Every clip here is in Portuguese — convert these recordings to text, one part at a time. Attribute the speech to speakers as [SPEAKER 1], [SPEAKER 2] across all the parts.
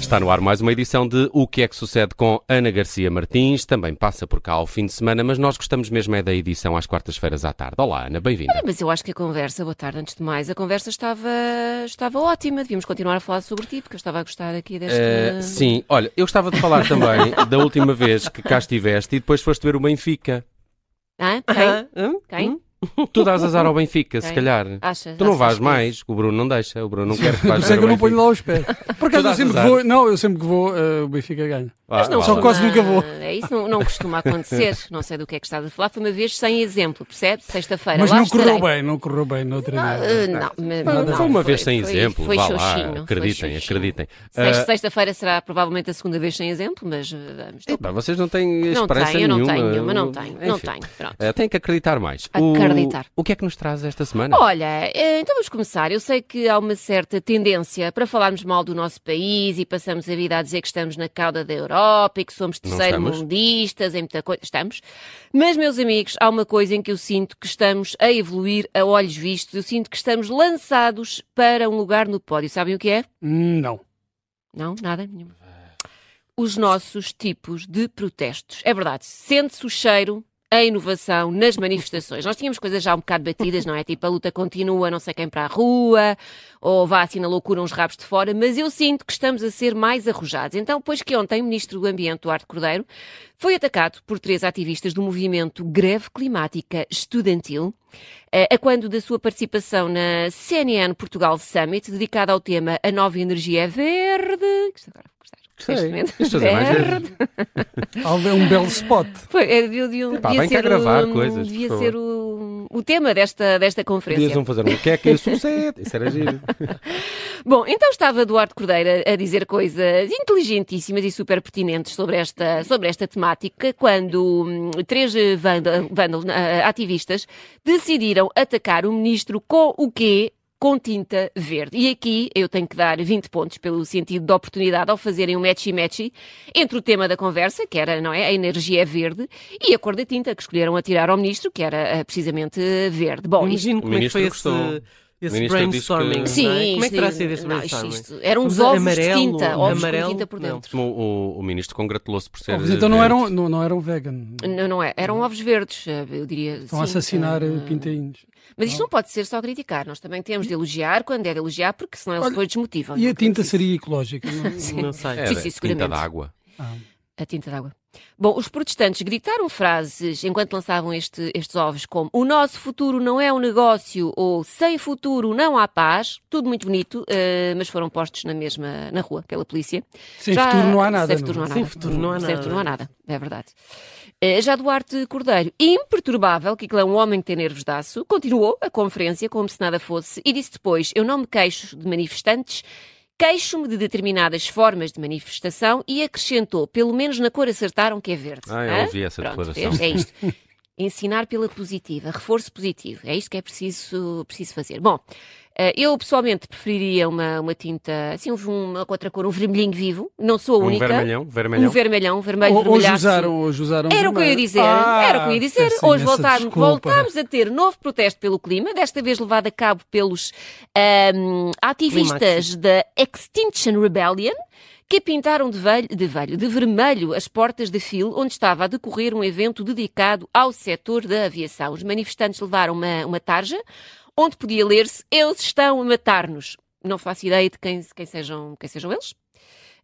[SPEAKER 1] Está no ar mais uma edição de O que é que sucede com Ana Garcia Martins. Também passa por cá ao fim de semana, mas nós gostamos mesmo é da edição às quartas-feiras à tarde. Olá, Ana, bem-vinda.
[SPEAKER 2] Ah, Mas eu acho que a conversa, boa tarde, antes de mais, a conversa estava, estava ótima. Devíamos continuar a falar sobre ti, porque eu estava a gostar aqui deste.
[SPEAKER 1] Eh, sim, olha, eu gostava de falar também da última vez que cá estiveste e depois foste ver o Benfica.
[SPEAKER 2] Hã? Quem?
[SPEAKER 1] Hum?
[SPEAKER 2] Quem?
[SPEAKER 3] Uhum.
[SPEAKER 1] Tu dás azar ao Benfica, se
[SPEAKER 2] Quem?
[SPEAKER 1] calhar.
[SPEAKER 2] Achas?
[SPEAKER 1] Tu não
[SPEAKER 2] Achas
[SPEAKER 1] vais
[SPEAKER 2] que- é
[SPEAKER 1] mais, o Bruno não deixa, o Bruno não quer que
[SPEAKER 3] Por
[SPEAKER 1] vás
[SPEAKER 3] isso é
[SPEAKER 1] ver
[SPEAKER 3] que eu
[SPEAKER 1] o
[SPEAKER 3] não ponho
[SPEAKER 1] Benfica.
[SPEAKER 3] lá os pés. Por
[SPEAKER 1] Tu
[SPEAKER 3] acaso eu
[SPEAKER 1] dás
[SPEAKER 3] sempre que
[SPEAKER 1] azar.
[SPEAKER 3] vou. Não, eu sempre que vou, eh, o Benfica ganha.
[SPEAKER 1] Vá,
[SPEAKER 2] Mas não
[SPEAKER 1] vá
[SPEAKER 3] Só
[SPEAKER 1] lá.
[SPEAKER 3] quase nunca vou.
[SPEAKER 2] É isso, não, não costuma acontecer. Não sei do que é que estás a falar. Foi uma vez sem exemplo, percebe? Sexta-feira.
[SPEAKER 3] Mas
[SPEAKER 2] lá
[SPEAKER 3] não correu
[SPEAKER 2] estarei.
[SPEAKER 3] bem, não correu bem na outra
[SPEAKER 2] Ah,
[SPEAKER 3] vez.
[SPEAKER 2] eh, não, mas-
[SPEAKER 1] Não,
[SPEAKER 2] não,
[SPEAKER 1] foi uma vez
[SPEAKER 2] foi-
[SPEAKER 1] sem
[SPEAKER 2] foi-
[SPEAKER 1] exemplo,
[SPEAKER 2] Foi
[SPEAKER 1] vá
[SPEAKER 2] xoxinho.
[SPEAKER 1] lá,
[SPEAKER 2] foi
[SPEAKER 1] acreditem,
[SPEAKER 2] xoxinho.
[SPEAKER 1] acreditem.
[SPEAKER 2] Sexta-
[SPEAKER 1] Ah,
[SPEAKER 2] Sexta-feira será provavelmente a segunda vez sem exemplo, mas eh, vamos.
[SPEAKER 1] eh, pá, vocês não têm
[SPEAKER 2] Não
[SPEAKER 1] esperança
[SPEAKER 2] tenho, eu não
[SPEAKER 1] nenhuma.
[SPEAKER 2] tenho nenhuma, não tenho, não
[SPEAKER 1] Enfim.
[SPEAKER 2] tenho. Pronto.
[SPEAKER 1] Eh, Tem que acreditar mais. O-
[SPEAKER 2] Acreditar.
[SPEAKER 1] O, que é que nos traz esta semana?
[SPEAKER 2] Olha, eh, então vamos começar. Eu sei que há uma certa tendência para falarmos mal do nosso país e passamos a vida a dizer que estamos na cauda da Europa e que somos
[SPEAKER 1] Não estamos.
[SPEAKER 2] terceiro-mundistas em muita coisa. Estamos. Mas, meus amigos, há uma coisa em que eu sinto que estamos a evoluir a olhos vistos. Eu sinto que estamos lançados para um lugar no pódio. Sabem o que é?
[SPEAKER 3] Hum, Não.
[SPEAKER 2] Não, nada nenhuma. Os nossos tipos de protestos. É verdade, sente-se o cheiro, a inovação nas manifestações. Nós tínhamos coisas já um bocado batidas, não é? Tipo, a luta continua, não sei quem para a rua, ou vá assim na loucura uns rabos de fora, mas eu sinto que estamos a ser mais arrojados. Então, pois que ontem o Ministro do Ambiente, Duarte Cordeiro, foi atacado por três ativistas do movimento Greve Climática Estudantil, eh, a quando da sua participação na CNN Portugal Summit, dedicada ao tema A Nova Energia Verde. Isto agora vou gostar.
[SPEAKER 1] Gostei.
[SPEAKER 2] Neste momento.
[SPEAKER 1] Isto é mais
[SPEAKER 2] Verde.
[SPEAKER 3] Alve- É um belo spot.
[SPEAKER 2] Foi, eh, devia, devia,
[SPEAKER 1] Epá, é
[SPEAKER 2] devia
[SPEAKER 1] vem cá
[SPEAKER 2] ser,
[SPEAKER 1] gravar
[SPEAKER 2] o,
[SPEAKER 1] coisas, por
[SPEAKER 2] devia
[SPEAKER 1] favor.
[SPEAKER 2] ser o, o tema desta, desta conferência.
[SPEAKER 1] Podias não fazer um que é que isso sucede? Isso era giro.
[SPEAKER 2] Bom, então estava Eduardo Cordeiro a dizer coisas inteligentíssimas e super pertinentes sobre esta, sobre esta temática quando hum, três eh, vanda- vândalos, ah, ativistas decidiram atacar o ministro com o quê? Com tinta verde. E aqui eu tenho que dar 20 pontos pelo sentido da oportunidade ao fazerem um matchy-matchy entre o tema da conversa, que era, não é, a energia verde, e a cor da tinta que escolheram atirar ao ministro, que era ah, precisamente eh, verde. Bom, isto
[SPEAKER 4] Imagino como é que
[SPEAKER 1] ministro
[SPEAKER 4] foi
[SPEAKER 1] gostou.
[SPEAKER 4] esse, esse
[SPEAKER 1] O ministro disse que-
[SPEAKER 4] brainstorming.
[SPEAKER 1] Sim,
[SPEAKER 4] não é? como é
[SPEAKER 2] isto-
[SPEAKER 4] que terá sido esse
[SPEAKER 2] não, isto-
[SPEAKER 4] brainstorming?
[SPEAKER 2] isto- Eram uns
[SPEAKER 4] Mas
[SPEAKER 2] ovos
[SPEAKER 4] amarelo,
[SPEAKER 2] de tinta, ovos
[SPEAKER 4] amarelo,
[SPEAKER 2] com tinta por
[SPEAKER 4] não.
[SPEAKER 2] dentro.
[SPEAKER 1] O, o- o ministro congratulou-se por ser. eh,
[SPEAKER 3] Mas Então não
[SPEAKER 1] verde.
[SPEAKER 3] eram, não, não eram vegan.
[SPEAKER 2] Não, não é. Eram ovos verdes, eh, eu diria. sim,
[SPEAKER 3] Estão a assassinar
[SPEAKER 2] eh,
[SPEAKER 3] eh, pintainhos.
[SPEAKER 2] Mas isto não pode ser só criticar. Nós também temos de elogiar quando é de elogiar, porque senão eles
[SPEAKER 3] Olha,
[SPEAKER 2] depois desmotivam.
[SPEAKER 3] E
[SPEAKER 2] não é?
[SPEAKER 3] a tinta
[SPEAKER 2] acredito.
[SPEAKER 3] seria ecológica. não? é?
[SPEAKER 4] Não sei.
[SPEAKER 1] Era
[SPEAKER 2] Sim, sim,
[SPEAKER 1] tinta
[SPEAKER 2] seguramente.
[SPEAKER 1] d'água.
[SPEAKER 3] Ah.
[SPEAKER 2] A tinta d'água. Bom, os protestantes gritaram frases enquanto lançavam este- estes ovos como o nosso futuro não é um negócio ou sem futuro não há paz. Tudo muito bonito, eh, mas foram postos na mesma, na rua, pela polícia.
[SPEAKER 3] Sem futuro não há nada.
[SPEAKER 2] Sem
[SPEAKER 3] não é?
[SPEAKER 2] futuro não há nada.
[SPEAKER 4] Sem futuro não há
[SPEAKER 2] Sem
[SPEAKER 4] nada.
[SPEAKER 2] futuro não há nada, é verdade. Eh, Já Duarte Cordeiro, imperturbável, que aquilo é um homem que tem nervos de aço, continuou a conferência como se nada fosse e disse depois: Eu não me queixo de manifestantes. Queixo-me de determinadas formas de manifestação e acrescentou, pelo menos na cor acertaram que é verde.
[SPEAKER 1] Ah, eu
[SPEAKER 2] Hã?
[SPEAKER 1] ouvi essa
[SPEAKER 2] Pronto,
[SPEAKER 1] declaração.
[SPEAKER 2] vês? É isto. Ensinar pela positiva, reforço positivo. É isto que é preciso, preciso fazer. Bom, eh, eu pessoalmente preferiria uma, uma tinta, assim, uma outra cor, um vermelhinho vivo. Não sou a
[SPEAKER 1] Um
[SPEAKER 2] única.
[SPEAKER 1] vermelhão,
[SPEAKER 2] Um
[SPEAKER 1] vermelhão.
[SPEAKER 2] vermelhão, um vermelho,
[SPEAKER 3] Ho- Hoje
[SPEAKER 2] vermelhaço.
[SPEAKER 3] usaram, hoje usaram.
[SPEAKER 2] Era o que eu ia
[SPEAKER 3] vermelho.
[SPEAKER 2] dizer,
[SPEAKER 3] Ah,
[SPEAKER 2] era o que eu ia dizer.
[SPEAKER 3] peço
[SPEAKER 2] Hoje
[SPEAKER 3] imensa
[SPEAKER 2] voltámos,
[SPEAKER 3] desculpa.
[SPEAKER 2] voltámos a ter novo protesto pelo clima, desta vez levado a cabo pelos ahm, ativistas da Extinction Rebellion, que pintaram de, velho, de, velho, de vermelho as portas da FIL, onde estava a decorrer um evento dedicado ao setor da aviação. Os manifestantes levaram uma, uma tarja, onde podia ler-se, eles estão a matar-nos. Não faço ideia de quem, quem sejam, quem sejam eles.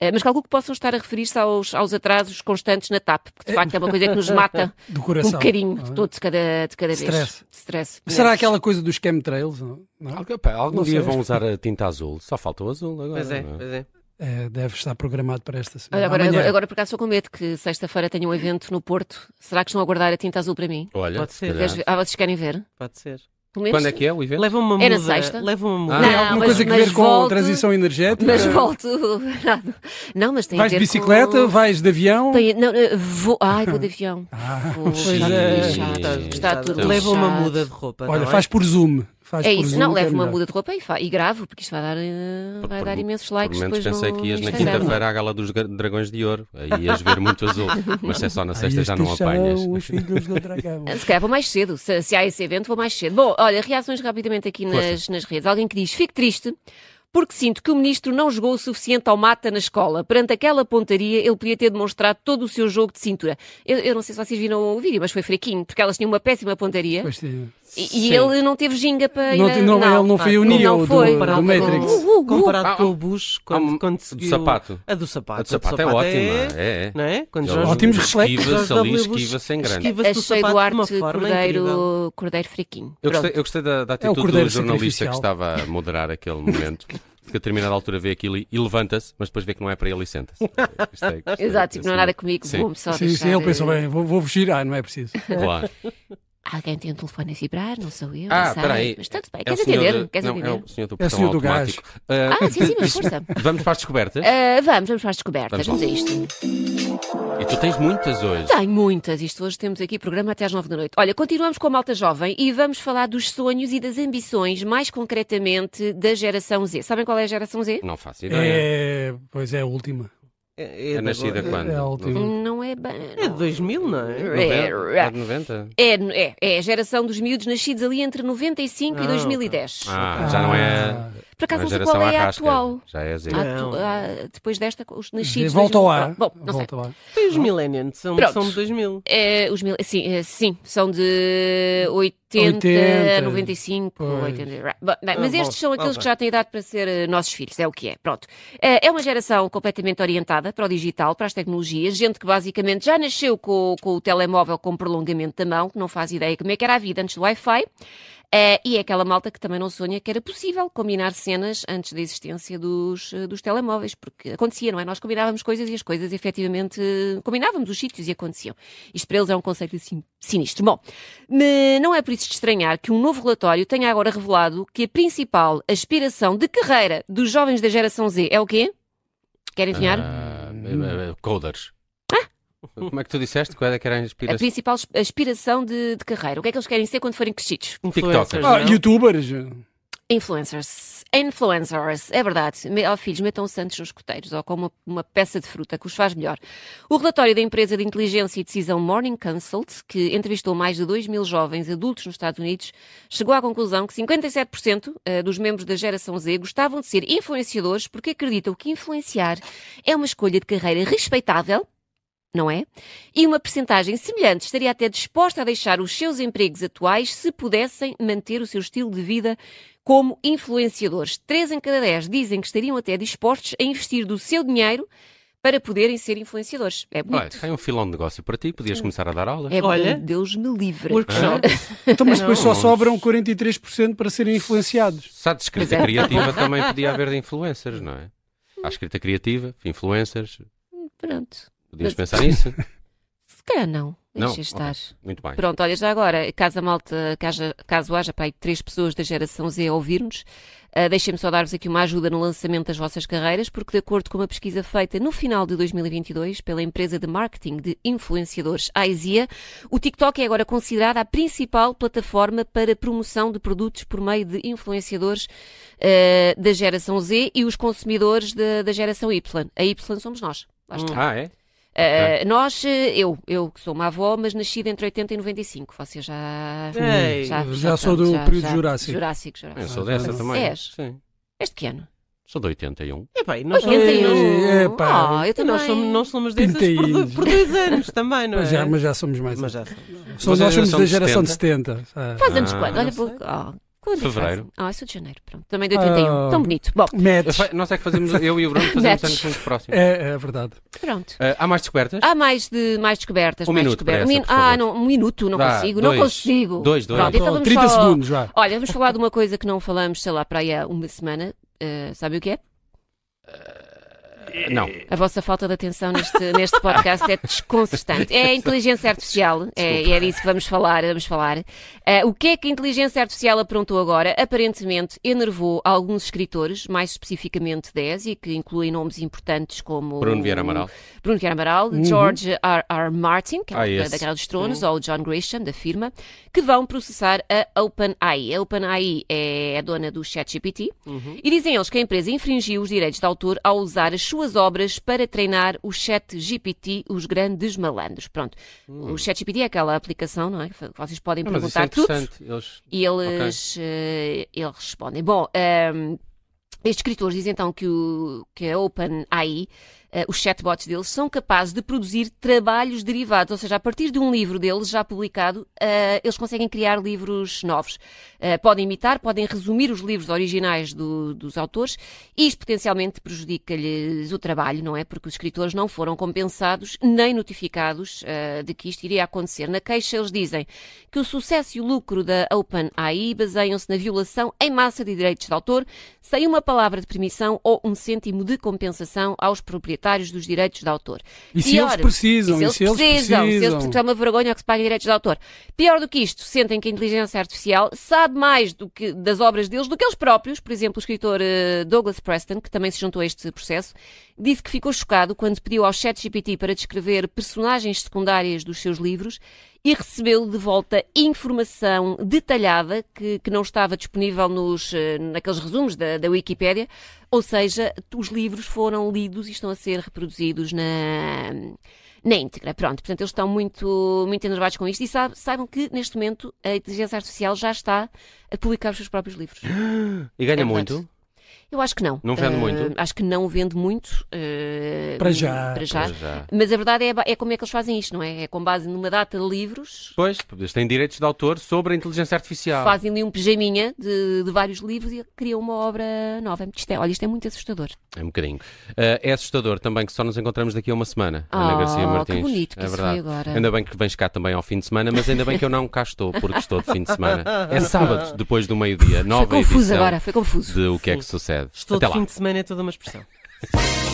[SPEAKER 2] Eh, Mas calculo que possam estar a referir-se aos, aos atrasos constantes na TAP, porque de facto é uma coisa que nos mata
[SPEAKER 3] Do
[SPEAKER 2] um
[SPEAKER 3] coração.
[SPEAKER 2] bocadinho
[SPEAKER 3] não é?
[SPEAKER 2] de todo, de cada, de cada vez.
[SPEAKER 3] Stress.
[SPEAKER 2] Stress.
[SPEAKER 3] Será aquela coisa dos chemtrails? Não? é? Não?
[SPEAKER 1] Algu- Ah, pá, algum
[SPEAKER 3] Não
[SPEAKER 1] dia
[SPEAKER 3] sei.
[SPEAKER 1] vão usar a tinta azul. Só falta o azul agora.
[SPEAKER 4] Pois é,
[SPEAKER 1] não
[SPEAKER 4] pois é.
[SPEAKER 3] É, deve estar programado para esta semana.
[SPEAKER 2] Olha, agora,
[SPEAKER 3] Amanhã.
[SPEAKER 2] agora, agora por acaso estou com medo que sexta-feira tenha um evento no Porto. Será que estão a guardar a tinta azul para mim?
[SPEAKER 1] Olha,
[SPEAKER 4] Pode
[SPEAKER 1] se
[SPEAKER 4] ser.
[SPEAKER 1] calhar.
[SPEAKER 2] Queres ver? Ah, vocês querem ver?
[SPEAKER 4] Pode ser.
[SPEAKER 2] Pelo menos.
[SPEAKER 1] Quando é que é o evento?
[SPEAKER 4] Leva uma
[SPEAKER 2] Era
[SPEAKER 4] muda.
[SPEAKER 2] sexta?
[SPEAKER 4] Leva uma
[SPEAKER 1] Ah,
[SPEAKER 4] muda.
[SPEAKER 3] Tem
[SPEAKER 2] Não,
[SPEAKER 3] alguma
[SPEAKER 2] mas-
[SPEAKER 3] coisa que
[SPEAKER 2] mas
[SPEAKER 3] ver com
[SPEAKER 2] volto-
[SPEAKER 3] a transição energética?
[SPEAKER 2] Mas volto. Não, mas tem
[SPEAKER 3] Vais
[SPEAKER 2] a
[SPEAKER 3] de
[SPEAKER 2] ver
[SPEAKER 3] bicicleta,
[SPEAKER 2] com...
[SPEAKER 3] vais de avião.
[SPEAKER 2] Tem- Não, eh, vou... Ai, vou de avião.
[SPEAKER 3] Ah,
[SPEAKER 2] Vou...
[SPEAKER 3] pois
[SPEAKER 2] está
[SPEAKER 3] é.
[SPEAKER 2] tudo lixado.
[SPEAKER 1] Estás
[SPEAKER 2] Está tudo
[SPEAKER 1] Então-
[SPEAKER 4] Leva uma
[SPEAKER 2] lixado.
[SPEAKER 4] muda de roupa.
[SPEAKER 3] Olha,
[SPEAKER 4] não é?
[SPEAKER 3] faz por zoom. Faz
[SPEAKER 2] É
[SPEAKER 3] por
[SPEAKER 2] isso,
[SPEAKER 3] zoom,
[SPEAKER 2] não,
[SPEAKER 3] que é
[SPEAKER 2] leve uma
[SPEAKER 3] melhor.
[SPEAKER 2] muda de roupa e, fa... e gravo, porque isto vai dar, eh, vai
[SPEAKER 1] Por-
[SPEAKER 2] dar
[SPEAKER 1] por-
[SPEAKER 2] imensos
[SPEAKER 1] Pelo
[SPEAKER 2] likes
[SPEAKER 1] menos
[SPEAKER 2] depois
[SPEAKER 1] pensei
[SPEAKER 2] no
[SPEAKER 1] que ias na
[SPEAKER 2] Instagram.
[SPEAKER 1] quinta-feira à gala dos gra- dragões de ouro. Aí ias ver muito azul. Mas se é só na
[SPEAKER 3] Ah,
[SPEAKER 1] sexta já não
[SPEAKER 3] estes
[SPEAKER 1] apanhas.
[SPEAKER 3] São os filhos do dragão.
[SPEAKER 2] Eh, Se calhar vou mais cedo. Se, se há esse evento, vou mais cedo. Bom, olha, reações rapidamente aqui nas, nas redes. Alguém que diz: fico triste Porque sinto que o ministro não jogou o suficiente ao mata na escola. Perante aquela pontaria, ele podia ter demonstrado todo o seu jogo de cintura. Eu, eu não sei se vocês viram o vídeo, mas foi fraquinho, porque elas tinham uma péssima pontaria.
[SPEAKER 3] Pois tem.
[SPEAKER 2] E,
[SPEAKER 1] Sim.
[SPEAKER 2] e ele não teve ginga para ir
[SPEAKER 3] Não
[SPEAKER 2] a-
[SPEAKER 3] te- não, ele não foi
[SPEAKER 2] pá,
[SPEAKER 3] o
[SPEAKER 2] ele
[SPEAKER 3] Neo
[SPEAKER 2] não
[SPEAKER 3] do-
[SPEAKER 2] foi.
[SPEAKER 3] do
[SPEAKER 2] Não,
[SPEAKER 3] Matrix.
[SPEAKER 2] não. Uh, uh, uh.
[SPEAKER 4] Comparado
[SPEAKER 1] Ah,
[SPEAKER 4] com o Bush,
[SPEAKER 1] ah,
[SPEAKER 4] quando,
[SPEAKER 1] um-
[SPEAKER 4] quando
[SPEAKER 1] do
[SPEAKER 4] seguiu...
[SPEAKER 1] sapato.
[SPEAKER 4] A do sapato.
[SPEAKER 1] A de sapato é ótima, é, é.
[SPEAKER 4] Não é? Quando
[SPEAKER 1] Ele
[SPEAKER 4] Jorge-
[SPEAKER 3] Ótimos reflexos.
[SPEAKER 1] Esquiva-se
[SPEAKER 4] Jorge
[SPEAKER 1] ali,
[SPEAKER 4] W. Bush
[SPEAKER 1] esquiva-se em grande.
[SPEAKER 4] esquiva-se do
[SPEAKER 2] Achei
[SPEAKER 4] sapato de uma
[SPEAKER 2] Duarte
[SPEAKER 4] forma incrível.
[SPEAKER 2] Cordeiro, Cordeiro Fraquinho.
[SPEAKER 1] Eu gostei,
[SPEAKER 2] Pronto.
[SPEAKER 1] eu gostei da, da
[SPEAKER 3] É o
[SPEAKER 1] atitude
[SPEAKER 3] cordeiro
[SPEAKER 1] do jornalista
[SPEAKER 3] sacrificial.
[SPEAKER 1] que estava a moderar aquele momento. que a determinada altura vê aquilo e, e levanta-se, mas depois vê que não é para ele e senta-se. Gostei, gostei
[SPEAKER 2] Exato,
[SPEAKER 1] desse
[SPEAKER 2] tipo, não há nada
[SPEAKER 1] momento.
[SPEAKER 2] comigo,
[SPEAKER 1] Sim.
[SPEAKER 2] vou-me só
[SPEAKER 3] Sim,
[SPEAKER 2] deixar,
[SPEAKER 3] sim, ele pensou
[SPEAKER 2] eh,
[SPEAKER 3] bem, vou, vou fugir. Ah, não é preciso.
[SPEAKER 1] Claro.
[SPEAKER 2] Alguém tem um telefone a vibrar, não sou eu,
[SPEAKER 1] Ah,
[SPEAKER 2] não sei.
[SPEAKER 1] espera aí.
[SPEAKER 2] Mas tanto bem,
[SPEAKER 1] É o
[SPEAKER 2] queres
[SPEAKER 1] senhor
[SPEAKER 2] atender?
[SPEAKER 1] de-
[SPEAKER 2] Queres
[SPEAKER 1] não,
[SPEAKER 2] atender?
[SPEAKER 1] É o senhor do
[SPEAKER 3] É o
[SPEAKER 1] portão
[SPEAKER 3] senhor do gás.
[SPEAKER 1] automático. Ah,
[SPEAKER 2] Ah, sim, sim, mas força.
[SPEAKER 1] vamos para as descobertas?
[SPEAKER 2] Ah, vamos, vamos para as descobertas,
[SPEAKER 1] Vamos
[SPEAKER 2] vamos
[SPEAKER 1] lá.
[SPEAKER 2] a isto.
[SPEAKER 1] E tu tens muitas hoje.
[SPEAKER 2] Tem muitas, isto hoje temos aqui programa até às nove da noite. Olha, continuamos com a malta jovem e vamos falar dos sonhos e das ambições, mais concretamente da geração Z. Sabem qual é a geração Z?
[SPEAKER 1] Não faço ideia.
[SPEAKER 3] É, pois é, a última.
[SPEAKER 1] É,
[SPEAKER 4] É, é,
[SPEAKER 1] nascida
[SPEAKER 4] de-
[SPEAKER 1] quando?
[SPEAKER 3] é a última.
[SPEAKER 1] Hum.
[SPEAKER 2] Não é bem...
[SPEAKER 4] É de 2000, não é?
[SPEAKER 1] Noventa? É de 90?
[SPEAKER 2] É, é, é a geração dos miúdos nascidos ali entre 95
[SPEAKER 4] Ah,
[SPEAKER 2] e 2010.
[SPEAKER 1] Ah, já não é.
[SPEAKER 2] Por acaso
[SPEAKER 1] não
[SPEAKER 2] não
[SPEAKER 1] é
[SPEAKER 2] sei
[SPEAKER 1] geração
[SPEAKER 2] qual é
[SPEAKER 1] à
[SPEAKER 2] a
[SPEAKER 1] rasca.
[SPEAKER 2] atual.
[SPEAKER 1] Já é Z.
[SPEAKER 2] A
[SPEAKER 4] Não.
[SPEAKER 2] atu- a- depois desta, os nascidos...
[SPEAKER 3] Volta ao
[SPEAKER 2] dois-
[SPEAKER 3] ar.
[SPEAKER 2] Bom, não sei.
[SPEAKER 3] Volta ao ar.
[SPEAKER 4] Tem os millennials, são,
[SPEAKER 2] Pronto.
[SPEAKER 4] são de 2000.
[SPEAKER 2] É, os mil... sim, é, sim, são de 80,
[SPEAKER 3] 80,
[SPEAKER 2] 95,
[SPEAKER 3] pois.
[SPEAKER 2] 80. right. Bom, bem,
[SPEAKER 4] Ah,
[SPEAKER 2] mas
[SPEAKER 4] bom,
[SPEAKER 2] estes são aqueles
[SPEAKER 4] ok.
[SPEAKER 2] que já têm idade para ser eh, nossos filhos, é o que é. Pronto. Eh, É uma geração completamente orientada para o digital, para as tecnologias, gente que basicamente já nasceu com, com o telemóvel com prolongamento da mão, que não faz ideia como é que era a vida antes do Wi-Fi. Eh, e é aquela malta que também não sonha que era possível combinar cenas antes da existência dos, eh, dos telemóveis, porque acontecia, não é? Nós combinávamos coisas e as coisas efetivamente eh, combinávamos os sítios e aconteciam. Isto para eles é um conceito assim sinistro. Bom, me- não é por isso de estranhar que um novo relatório tenha agora revelado que a principal aspiração de carreira dos jovens da geração Z é o quê? Querem adivinhar?
[SPEAKER 1] Ah, eh, eh, coders. Como é que tu disseste? Qual é que era a
[SPEAKER 2] a
[SPEAKER 1] inspiração?
[SPEAKER 2] principal as- aspiração de, de carreira. O que é que eles querem ser quando forem crescidos?
[SPEAKER 4] Influencers,
[SPEAKER 3] Ah,
[SPEAKER 4] não?
[SPEAKER 3] youtubers.
[SPEAKER 2] Influencers. Influencers, é verdade. Me, oh, filhos, metam Santos nos coteiros ou com uma, uma peça de fruta que os faz melhor. O relatório da empresa de inteligência e decisão Morning Consult, que entrevistou mais de 2 mil jovens adultos nos Estados Unidos, chegou à conclusão que 57% eh, dos membros da geração Z gostavam de ser influenciadores porque acreditam que influenciar é uma escolha de carreira respeitável não é? E uma percentagem semelhante estaria até disposta a deixar os seus empregos atuais se pudessem manter o seu estilo de vida como influenciadores. Três em cada dez dizem que estariam até dispostos a investir do seu dinheiro para poderem ser influenciadores. É
[SPEAKER 1] Olha,
[SPEAKER 2] bonito.
[SPEAKER 1] tem um filão de negócio para ti, podias começar a dar aulas.
[SPEAKER 2] É,
[SPEAKER 4] Olha.
[SPEAKER 2] Deus me livre.
[SPEAKER 1] Ah.
[SPEAKER 4] Workshops.
[SPEAKER 3] Então, mas depois só
[SPEAKER 1] Não.
[SPEAKER 3] sobram 43% para serem influenciados.
[SPEAKER 1] Se há de escrita
[SPEAKER 2] Pois é.
[SPEAKER 1] criativa também podia haver de influencers, não é? Há escrita criativa, influencers,
[SPEAKER 2] Pronto.
[SPEAKER 1] podias
[SPEAKER 2] Mas-
[SPEAKER 1] pensar nisso?
[SPEAKER 2] Se calhar não.
[SPEAKER 1] Não?
[SPEAKER 2] Deixa estar.
[SPEAKER 1] Ok. Muito bem.
[SPEAKER 2] Pronto, olha, já agora, caso a malta, caso, caso haja para aí três pessoas da geração Z a ouvir-nos, ah, deixem-me só dar-vos aqui uma ajuda no lançamento das vossas carreiras, porque de acordo com uma pesquisa feita no final de 2022 pela empresa de marketing de influenciadores Aizia, o TikTok é agora considerada a principal plataforma para promoção de produtos por meio de influenciadores ah, da geração Z e os consumidores da, da geração Y. A Y somos nós. Lá está.
[SPEAKER 1] Ah, é?
[SPEAKER 2] Uh, nós, uh, eu, eu que sou uma avó, mas nascida entre 80 e 95. Você já.
[SPEAKER 4] Ei,
[SPEAKER 3] já sou do período Jurássico.
[SPEAKER 2] Jurássico,
[SPEAKER 1] Eu
[SPEAKER 2] Jurássico.
[SPEAKER 1] sou dessa também.
[SPEAKER 2] És?
[SPEAKER 1] Sim.
[SPEAKER 2] És de que ano?
[SPEAKER 1] Sou de 81.
[SPEAKER 4] Epá, e nós, somos,
[SPEAKER 2] 81.
[SPEAKER 3] epá,
[SPEAKER 2] Ah, eu
[SPEAKER 4] e
[SPEAKER 2] também.
[SPEAKER 4] nós somos, nós somos desses por,
[SPEAKER 3] Pintainhos.
[SPEAKER 4] dois- por dois anos também, não é?
[SPEAKER 3] Mas um. já, mas já somos mais.
[SPEAKER 4] Mas já são.
[SPEAKER 3] Só
[SPEAKER 1] Mas a
[SPEAKER 3] nós somos
[SPEAKER 1] geração
[SPEAKER 3] da
[SPEAKER 1] de
[SPEAKER 3] geração de 70. sabe?
[SPEAKER 2] Faz anos
[SPEAKER 1] Ah,
[SPEAKER 2] quando? Olha,
[SPEAKER 4] não
[SPEAKER 2] porque. ah, quando é que
[SPEAKER 1] Fevereiro.
[SPEAKER 2] fazem? Ah, eu sou de janeiro, pronto. Também de 81.
[SPEAKER 3] Ah.
[SPEAKER 2] Tão bonito. Bom,
[SPEAKER 1] Eu
[SPEAKER 3] Match.
[SPEAKER 1] fa- Nós é que fazemos, eu e o Bruno fazemos
[SPEAKER 2] Match.
[SPEAKER 1] anos muito próximos.
[SPEAKER 3] É, é verdade.
[SPEAKER 2] pronto.
[SPEAKER 1] Ah, há mais descobertas?
[SPEAKER 2] Há mais, de, mais descobertas.
[SPEAKER 1] Um
[SPEAKER 2] mais
[SPEAKER 1] minuto para
[SPEAKER 2] descobertas.
[SPEAKER 1] essa,
[SPEAKER 2] Min-
[SPEAKER 1] por favor.
[SPEAKER 2] ah, não, um minuto, não
[SPEAKER 1] Vá,
[SPEAKER 2] consigo,
[SPEAKER 1] dois.
[SPEAKER 2] não consigo.
[SPEAKER 1] Dois, dois.
[SPEAKER 2] Pronto, então vamos
[SPEAKER 3] 30
[SPEAKER 2] só-
[SPEAKER 3] segundos já.
[SPEAKER 2] Olha, vamos falar de uma coisa que não falamos, sei lá, para aí há uma semana. Uh, sabe o que é?
[SPEAKER 1] Ah, Não.
[SPEAKER 2] A vossa falta de atenção neste, neste podcast é desconcertante. É a inteligência artificial, é, e é disso que vamos falar. Vamos falar. Ah, o que é que a inteligência artificial aprontou agora? Aparentemente enervou alguns escritores, mais especificamente 10, e que incluem nomes importantes como.
[SPEAKER 1] Bruno Vieira Amaral.
[SPEAKER 2] Bruno Vieira Amaral, George R. R. Martin, que é
[SPEAKER 1] Uhum. Ah,
[SPEAKER 2] o
[SPEAKER 1] esse.
[SPEAKER 2] da Guerra dos Tronos, ou John Grisham, da firma, que vão processar a OpenAI. A OpenAI é a dona do ChatGPT
[SPEAKER 1] Uhum.
[SPEAKER 2] e dizem eles que a empresa infringiu os direitos de autor ao usar as suas obras para treinar o ChatGPT, os grandes malandros. Pronto. O ChatGPT é aquela aplicação, não é? Que Vocês podem
[SPEAKER 1] Hum. Ah, mas isso
[SPEAKER 2] perguntar
[SPEAKER 1] é
[SPEAKER 2] tudo
[SPEAKER 1] interessante. Eles...
[SPEAKER 2] e eles, eh, eles respondem. Bom, ehm, Estes escritores dizem então que, o, que a OpenAI, eh, os chatbots deles, são capazes de produzir trabalhos derivados, ou seja, a partir de um livro deles já publicado, eh, eles conseguem criar livros novos. Eh, podem imitar, podem resumir os livros originais do- dos autores, e isto potencialmente prejudica-lhes o trabalho, não é? Porque os escritores não foram compensados nem notificados eh, de que isto iria acontecer. Na queixa, eles dizem que o sucesso e o lucro da OpenAI baseiam-se na violação em massa de direitos de autor, sem uma palavra de permissão ou um cêntimo de compensação aos proprietários dos direitos de autor.
[SPEAKER 3] E se eles precisam, e se eles
[SPEAKER 2] se eles
[SPEAKER 3] precisam.
[SPEAKER 2] precisam, é uma vergonha que se pague direitos de autor. Pior do que isto, sentem que a inteligência artificial sabe mais do que- das obras deles do que eles próprios. Por exemplo, o escritor eh, Douglas Preston, que também se juntou a este processo, disse que ficou chocado quando pediu ao ChatGPT para descrever personagens secundárias dos seus livros e recebeu de volta informação detalhada que, que não estava disponível nos, eh, naqueles resumos da, da Wikipédia. Ou seja, os livros foram lidos e estão a ser reproduzidos na, na íntegra. Pronto, portanto, eles estão muito, muito enervados com isto e sa- saibam que, neste momento, a inteligência artificial já está a publicar os seus próprios livros.
[SPEAKER 1] E ganha
[SPEAKER 2] É verdade.
[SPEAKER 1] muito?
[SPEAKER 2] Eu acho que não.
[SPEAKER 1] Não vende
[SPEAKER 2] Eh,
[SPEAKER 1] muito?
[SPEAKER 2] Acho que não vende muito. eh,
[SPEAKER 3] Para já.
[SPEAKER 2] Para já.
[SPEAKER 1] Para já.
[SPEAKER 2] Mas a verdade é, ba- é como é que eles fazem isto, não é? É com base numa data de livros,
[SPEAKER 1] Pois, eles têm direitos de autor sobre a inteligência artificial.
[SPEAKER 2] fazem ali um pijaminha de, de vários livros e criam uma obra nova. Isto é, olha, isto é muito assustador.
[SPEAKER 1] É um bocadinho. Ah, é assustador também que só nos encontramos daqui a uma semana, Ana
[SPEAKER 2] Oh,
[SPEAKER 1] Garcia Martins.
[SPEAKER 2] que bonito que
[SPEAKER 1] é
[SPEAKER 2] isso
[SPEAKER 1] verdade.
[SPEAKER 2] foi agora.
[SPEAKER 1] Ainda bem que vens cá também ao fim de semana, mas ainda bem que eu não cá estou, porque estou de fim de semana. É sábado, depois do meio-dia, nova
[SPEAKER 2] foi confuso
[SPEAKER 1] edição
[SPEAKER 2] agora, foi confuso.
[SPEAKER 1] de O que é que sucede.
[SPEAKER 4] Estou
[SPEAKER 1] Até
[SPEAKER 4] de
[SPEAKER 1] lá.
[SPEAKER 4] fim de semana, é toda uma expressão.